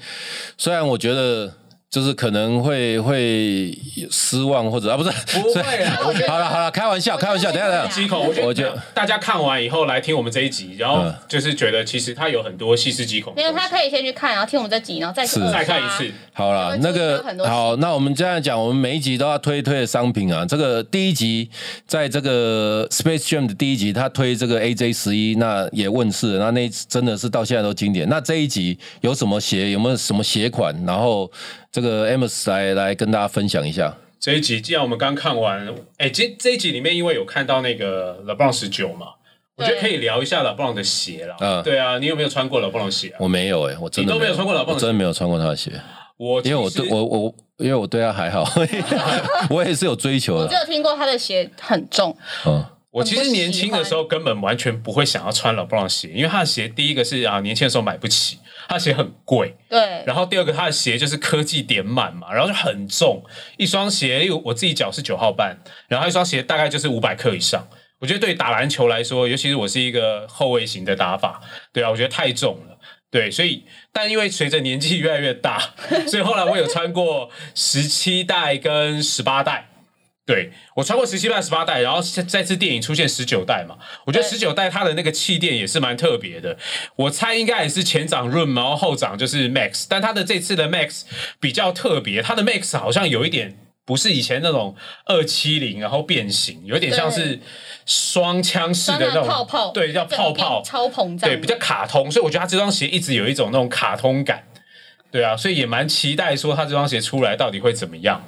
A: 虽然我觉得就是可能会会失望或者啊不是，
B: 不会
A: 虽
B: 啦
A: 然
B: 我
C: 觉 得
A: 好了好了，开玩笑开玩笑，
C: 我
A: 等
C: 觉
A: 一下
C: 得
A: 等一
C: 是
A: 下
B: 几口，我觉得
A: 我觉得
B: 大家看完以后来听我们这一集，然后
A: 嗯
B: 就是觉得其实它有很多细思极恐的
C: 没
B: 东
C: 有，
B: 西，
C: 他可以先去看，然后听我们这集，然后再去
A: 是
B: 再看一次。
A: 好
C: 我
A: 了，
C: 们
A: 那
C: 中间
A: 个
C: 有很多
A: 好，那我们这样讲，我们每一集都要推推的商品啊。这个第一集，在这个 Space Jam 的第一集，他推这个 AJ 十一，那也问世了，那那一次真的是到现在都经典。那这一集有什么鞋，有没有什么鞋款？然后这个 Amos 来来跟大家分享一下。
B: 这一集既然我们刚看完，哎，这这一集里面因为有看到那个 LeBron 十九嘛，我觉得
C: 对
B: 可以聊一下 LeBron 的鞋啦。
A: 嗯
B: 对啊，你有没有穿过 LeBron 的鞋啊？
A: 我没有哎、我真的
B: 你都没有穿过老棒的鞋
A: 我真的没有穿过他的鞋，
B: 我
A: 因为我
B: 其实
A: 对我我因为我对他还好， 我也是有追求
C: 我只
A: 的。
C: 有听过他的鞋很重，
A: 嗯，
B: 我其实年轻的时候根本完全不会想要穿 LeBron 的鞋，因为他的鞋第一个是啊年轻的时候买不起，他的鞋很贵，
C: 对，
B: 然后第二个，他的鞋就是科技点满嘛，然后就很重，一双鞋，因为我自己脚是九号半，然后一双鞋大概就是五百克以上。我觉得对打篮球来说，尤其是我是一个后卫型的打法，对啊，我觉得太重了。对，所以但因为随着年纪越来越大， 所以后来我有穿过十七代跟十八代。对我穿过十七代、十八代，然后再再次电影出现十九代嘛，我觉得十
C: 对
B: 九代它的那个气垫也是蛮特别的，我猜应该也是前掌润毛，后掌就是 Max，但它的这次的 Max 比较特别，它的 Max 好像有一点不是以前那种二七零，然后变形，有点像是双枪式
C: 穿
B: 的
C: 那
B: 那种
C: 种泡泡，
B: 对，叫泡泡，
C: 超膨胀，
B: 对，比较卡通，所以我觉得它这双鞋一直有一种那种卡通感，对啊，所以也蛮期待说它这双鞋出来到底会怎么样。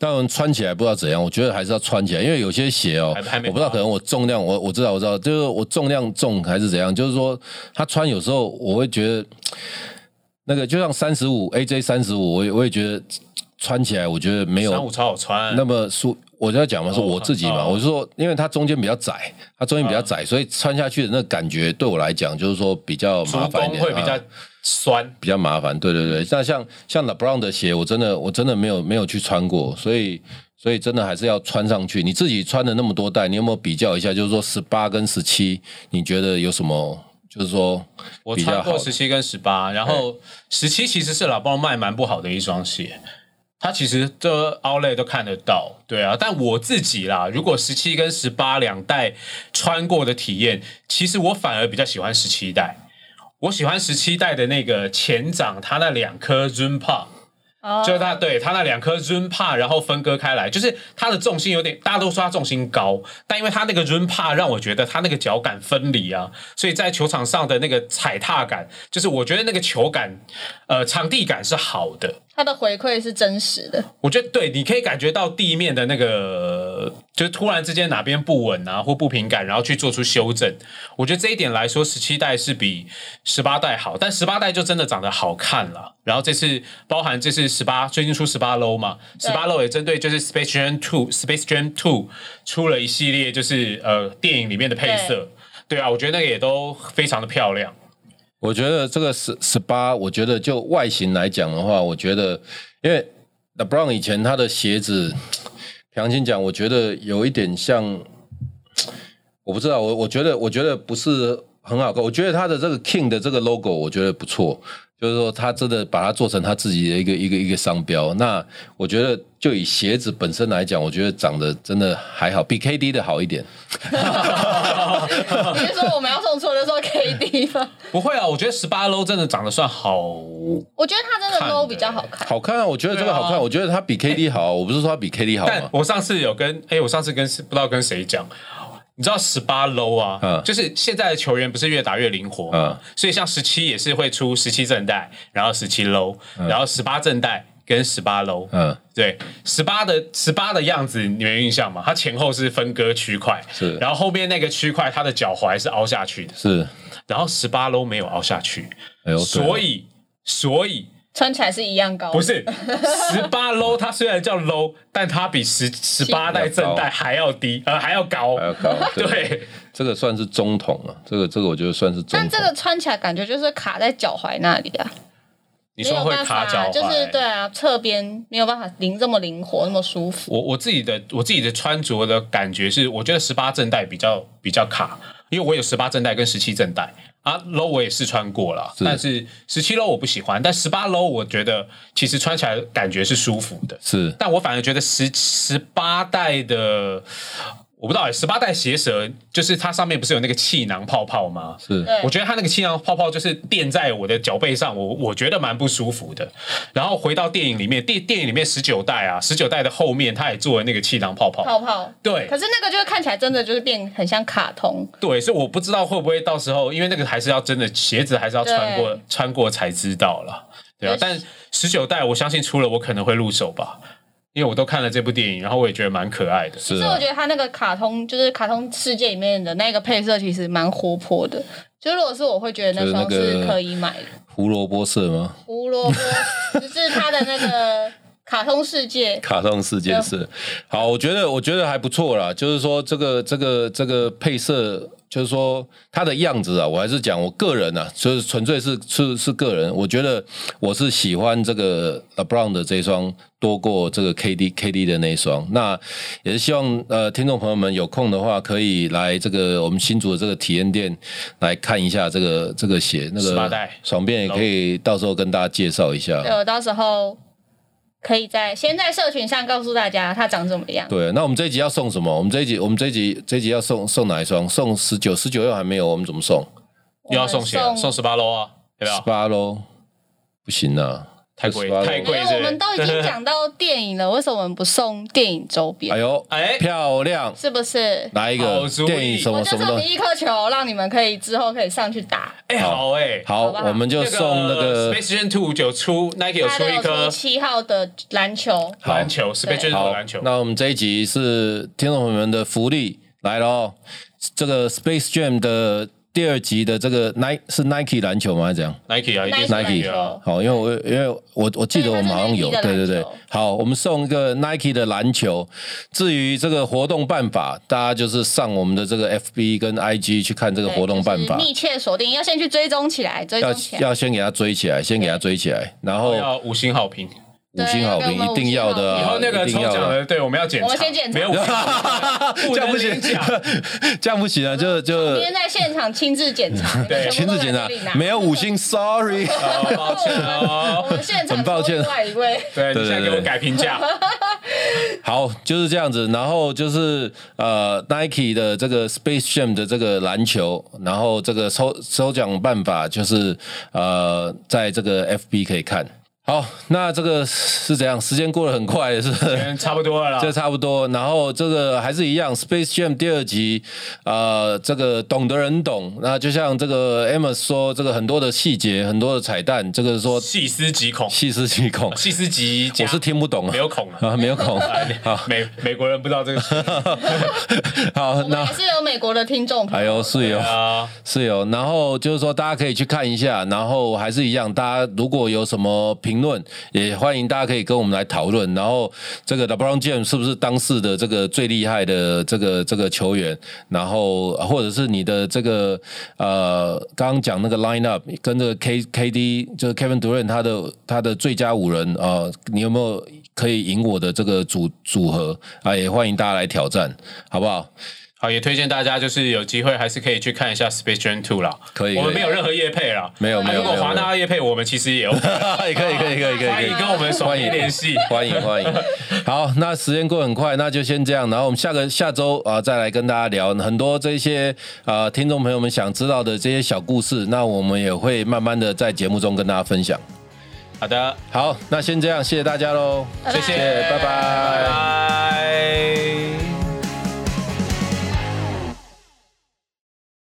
A: 但我穿起来不知道怎样，我觉得还是要穿起来，因为有些鞋哦，
B: 还还没
A: 我不知道，可能我重量，我我知道我知道，就是我重量重还是怎样，就是说他穿有时候我会觉得那个就像三十五 AJ 三十五，我也我也觉得穿起来我觉得没有
B: 三五超好穿，
A: 那么舒，我就要讲嘛，是
B: 哦
A: 我自己嘛，
B: 哦啊
A: 我是说，因为它中间比较窄，它中间比较窄，所以穿下去的那感觉对我来讲，就是说比较
B: 足
A: 麻烦一
B: 弓
A: 点，
B: 会比较
A: 啊
B: 酸。
A: 比较麻烦。对对对，那像像 LeBron 的鞋，我真的我真的没有没有去穿过，所以所以真的还是要穿上去。你自己穿了那么多代，你有没有比较一下？就是说十八跟十七，你觉得有什么？就是说
B: 我
A: 比较
B: 穿
A: 好
B: 过
A: 的
B: 十七跟十八，然后十七其实是老邦卖蛮不好的一双鞋，它其实这 outlet 都看得到，对啊。但我自己啦，如果十七跟十八两代穿过的体验，其实我反而比较喜欢十七代。我喜欢十七代的那个前掌，它那两颗 Zoom Pop，
C: 哦
B: 就是他对他那两颗 Zoom Pa，然后分割开来，就是他的重心有点，大家都说他重心高，但因为他那个 Zoom Pa 让我觉得他那个脚感分离啊，所以在球场上的那个踩踏感，就是我觉得那个球感，呃，场地感是好的。
C: 他的回馈是真实的，
B: 我觉得对，你可以感觉到地面的那个，就是突然之间哪边不稳啊，或不平感，然后去做出修正。我觉得这一点来说，十七代是比十八代好，但十八代就真的长得好看了。然后这次包含这次十八最近出十八 low 嘛，十
C: 对
B: 八 low 也针对就是 Space Jam Two、Space Jam Two 出了一系列就是呃电影里面的配色，对啊，我觉得那个也都非常的漂亮。
A: 我觉得这个十十八，我觉得就外形来讲的话，我觉得因为 LeBron 以前他的鞋子，平心讲，我觉得有一点像，我不知道，我我觉得我觉得不是很好看。我觉得他的这个 King 的这个 logo，我觉得不错，就是说他真的把它做成他自己的一个一个一个商标。那我觉得就以鞋子本身来讲，我觉得长得真的还好，比 KD 的好一点。
C: 你是说我们要送出的时候 KD 吗？
B: 不会啊，我觉得十八 low 真的长得算好
C: 我觉得他真的
B: 看
C: low
B: 的
C: 比较好看，
A: 好看啊，我觉得这个好看，
B: 对啊
A: 我觉得他比 KD 好啊，我不是说他比 KD 好吗？
B: 但我上次有跟哎、我上次跟不知道跟谁讲，你知道十八 low 啊，
A: 嗯
B: 就是现在的球员不是越打越灵活嘛，
A: 嗯
B: 所以像十七也是会出十七正带，然后十七 low，、然后十八正带跟十八 low，
A: 嗯。
B: 对，十八的十八的样子你没印象吗？它前后是分割区块，
A: 是
B: 然后后面那个区块它的脚踝是凹下去的，
A: 是，
B: 然后十八 low 没有凹下去，
A: 哎呦，对
B: 所以所以
C: 穿起来是一样高，
B: 不是十八 low，它虽然叫 low，但它比十十八代正代还要低，呃，还要高。
A: 还要高，对，
B: 对，
A: 哎这个算是中统了、这个这个我觉得算是中
C: 但
A: 统。
C: 这个穿起来感觉就是卡在脚踝那里啊，
B: 你说会
C: 没有办
B: 卡
C: 法
B: 脚踝，
C: 就是对啊，侧边没有办法灵这么灵活，那么舒服。
B: 我我自己的我自己的穿着的感觉是，我觉得十八正代比较比较卡，因为我有十八正代跟十七正代啊，low 我也试穿过了，
A: 是
B: 但是十七 low 我不喜欢，但十八 low 我觉得其实穿起来感觉是舒服的，
A: 是
B: 但我反而觉得十十八代的。我不知道欸，十八代鞋舌就是它上面不是有那个气囊泡泡吗？
A: 是
C: 对
B: 我觉得它那个气囊泡泡就是垫在我的脚背上，我我觉得蛮不舒服的。然后回到电影里面，电电影里面十九代啊，十九代的后面它也做了那个气囊泡泡，
C: 泡泡。
B: 对
C: 可是那个就是看起来真的就是变很像卡通，
B: 对，所以我不知道会不会到时候，因为那个还是要真的鞋子还是要穿过
C: 对
B: 穿过才知道了，对啊
C: 也。是
B: 但十九代我相信出了我可能会入手吧，因为我都看了这部电影，然后我也觉得蛮可爱的。
A: 是
C: 所以我
A: 啊
C: 觉，得它那个卡通就是卡通世界里面的那个配色其实蛮活泼的。就如果是我会觉得那双
A: 就是那
C: 是
A: 个
C: 可以买的，
A: 胡萝卜色吗？
C: 胡 萝卜就是它的那个卡通世界，
A: 卡通世界色。好，我觉得我觉得还不错啦，就是说这个这个这个配色。就是说，它的样子啊，我还是讲我个人啊，就是纯粹是是是个人，我觉得我是喜欢这个 LeBron 的这一双多过这个 KD KD 的那一双。那也是希望呃听众朋友们有空的话，可以来这个我们新竹的这个体验店来看一下这个这个鞋，那
B: 18
A: 个
B: 代
A: 爽变也可以到时候跟大家介绍一下。
C: 对我到时候可以在先在社群上告诉大家它长怎么样。
A: 对，那我们这一集要送什么？我们这一集，我们这一集，这一集要送送哪一双？送十九，十九又还没有，我们怎么送？
B: 又要送鞋
C: 我
B: 了，
C: 们
B: 送十八 low 啊，要不
A: 十
B: 要？
A: 八喽，不行啊，
B: 太贵
A: 18咯
B: 太
C: 因
B: 贵
C: 为我们都已经讲到电影了，为什么我们不送电影周边？
A: 哎呦，
B: 哎
A: 漂亮，
C: 是不是？
A: 来一
B: 好
A: 个
B: 主意
A: 电影什
C: 我
A: 么
C: 就
A: 什么
C: 送
A: 东
C: 你
A: 西？
C: 一颗球，让你们可以之后可以上去打。
B: 哎，好哎，
A: 好，
C: 好不好
A: 我们就送那个
B: Space Jam Two 有出 Nike 有
C: 他
B: 出
C: 都
B: 一
C: 有
B: 颗
C: 出七号的篮球，
A: 好
B: 篮球，Space Jam
C: 对
B: Two
A: 好
B: 的篮球，。
A: 那我们这一集是听众朋友们的福利来喽，这个 Space Jam 的第二集的这个 Nike 是 Nike 篮球吗？还是怎样？
B: Nike 啊，一定是
A: Nike
B: 啊。
A: 好，因为我因为我我记得我们好像有，
C: 对它
A: 对
C: 是
A: 对
C: Nike 的
A: 对
C: 篮球。
A: 好，我们送一个 Nike 的篮球。至于这个活动办法，大家就是上我们的这个 FB 跟 IG 去看这个
C: 对
A: 活动办
C: 就是
A: 法，
C: 密切锁定，要先去追踪起来，追
A: 要
C: 踪起来。
A: 要先给它追起来，先给它追起来，然后
B: 哦要五星好评，
A: 五星好
C: 对要给我
A: 评
C: 们
A: 一定要的
B: 以
A: 啊，
B: 后那个
A: 一定
B: 抽
A: 要
B: 奖
A: 的啊。
B: 的，对，我们要检查，
C: 我们先检查
B: 没有，不
A: 这样
B: 能
A: 不
B: 领
A: 行
B: 奖，
A: 这样不行啊！就就
C: 今天在现场亲自检 查，你们
B: 对
C: 全
A: 亲
C: 部
A: 自
C: 都
A: 检
C: 在
A: 查
C: 这里拿，
A: 没有五。星，sorry。
B: 好抱歉哦
C: 我。们现场
A: 很抱歉
C: 多另外一位，
B: 对，
A: 对
B: 你
A: 对
B: 现在给我
A: 对
B: 改 评价，
A: 好，就是这样子。然后就是呃，Nike 的这个 Space Jam 的这个篮球，然后这个抽抽奖办法就是呃，在这个 FB 可以看。好，那这个是怎样？时间过得很快，是不是？
B: 嗯差不多了啦。
A: 这差不多。然后这个还是一样，《Space Jam》第二集，呃，这个懂的人懂。那就像这个 Emma 说，这个很多的细节，很多的彩蛋，这个说
B: 细思极恐，
A: 细思极 恐，
B: 细思极加
A: 我是听不懂啊，
B: 没有恐啊。
A: 啊，没有恐。 好，
B: 美美国人不知道这个词
A: 好，
C: 我们
A: 那
C: 也是有美国的听众朋
A: 哎
C: 友，
A: 呦，是有。
B: 啊，
A: 是有，然后就是说大家可以去看一下，然后还是一样，大家如果有什么评论，也欢迎大家可以跟我们来讨论。然后这个 LeBron James 是不是当世的这个最厉害的这个这个球员？然后或者是你的这个呃，刚刚讲那个 lineup 跟这个 K KD 就是 Kevin Durant 他的他的最佳五人啊、呃你有没有可以赢我的这个组组合啊？也欢迎大家来挑战，好不好？
B: 好，也推荐大家就是有机会还是可以去看一下《Space Jam 2》啦。
A: 可以
B: 我
A: 可
B: 们
A: 以
B: 没有任何业配啦，
A: 没有
B: 那
A: 没有
B: 如果
A: 没有
B: 华纳业配，我们其实 也 OK，
A: 可以可以可以可以可以，
B: 欢迎跟我们手机联系。
A: 欢迎欢迎。 好，那时间过得很快，那就先这样。然后我们下个下周啊、呃再来跟大家聊很多这些呃听众朋友们想知道的这些小故事，那我们也会慢慢的在节目中跟大家分享。
B: 好的，
A: 好，那先这样，谢谢大家喽，
C: 拜拜
B: 谢谢，
A: 拜拜
B: 拜拜。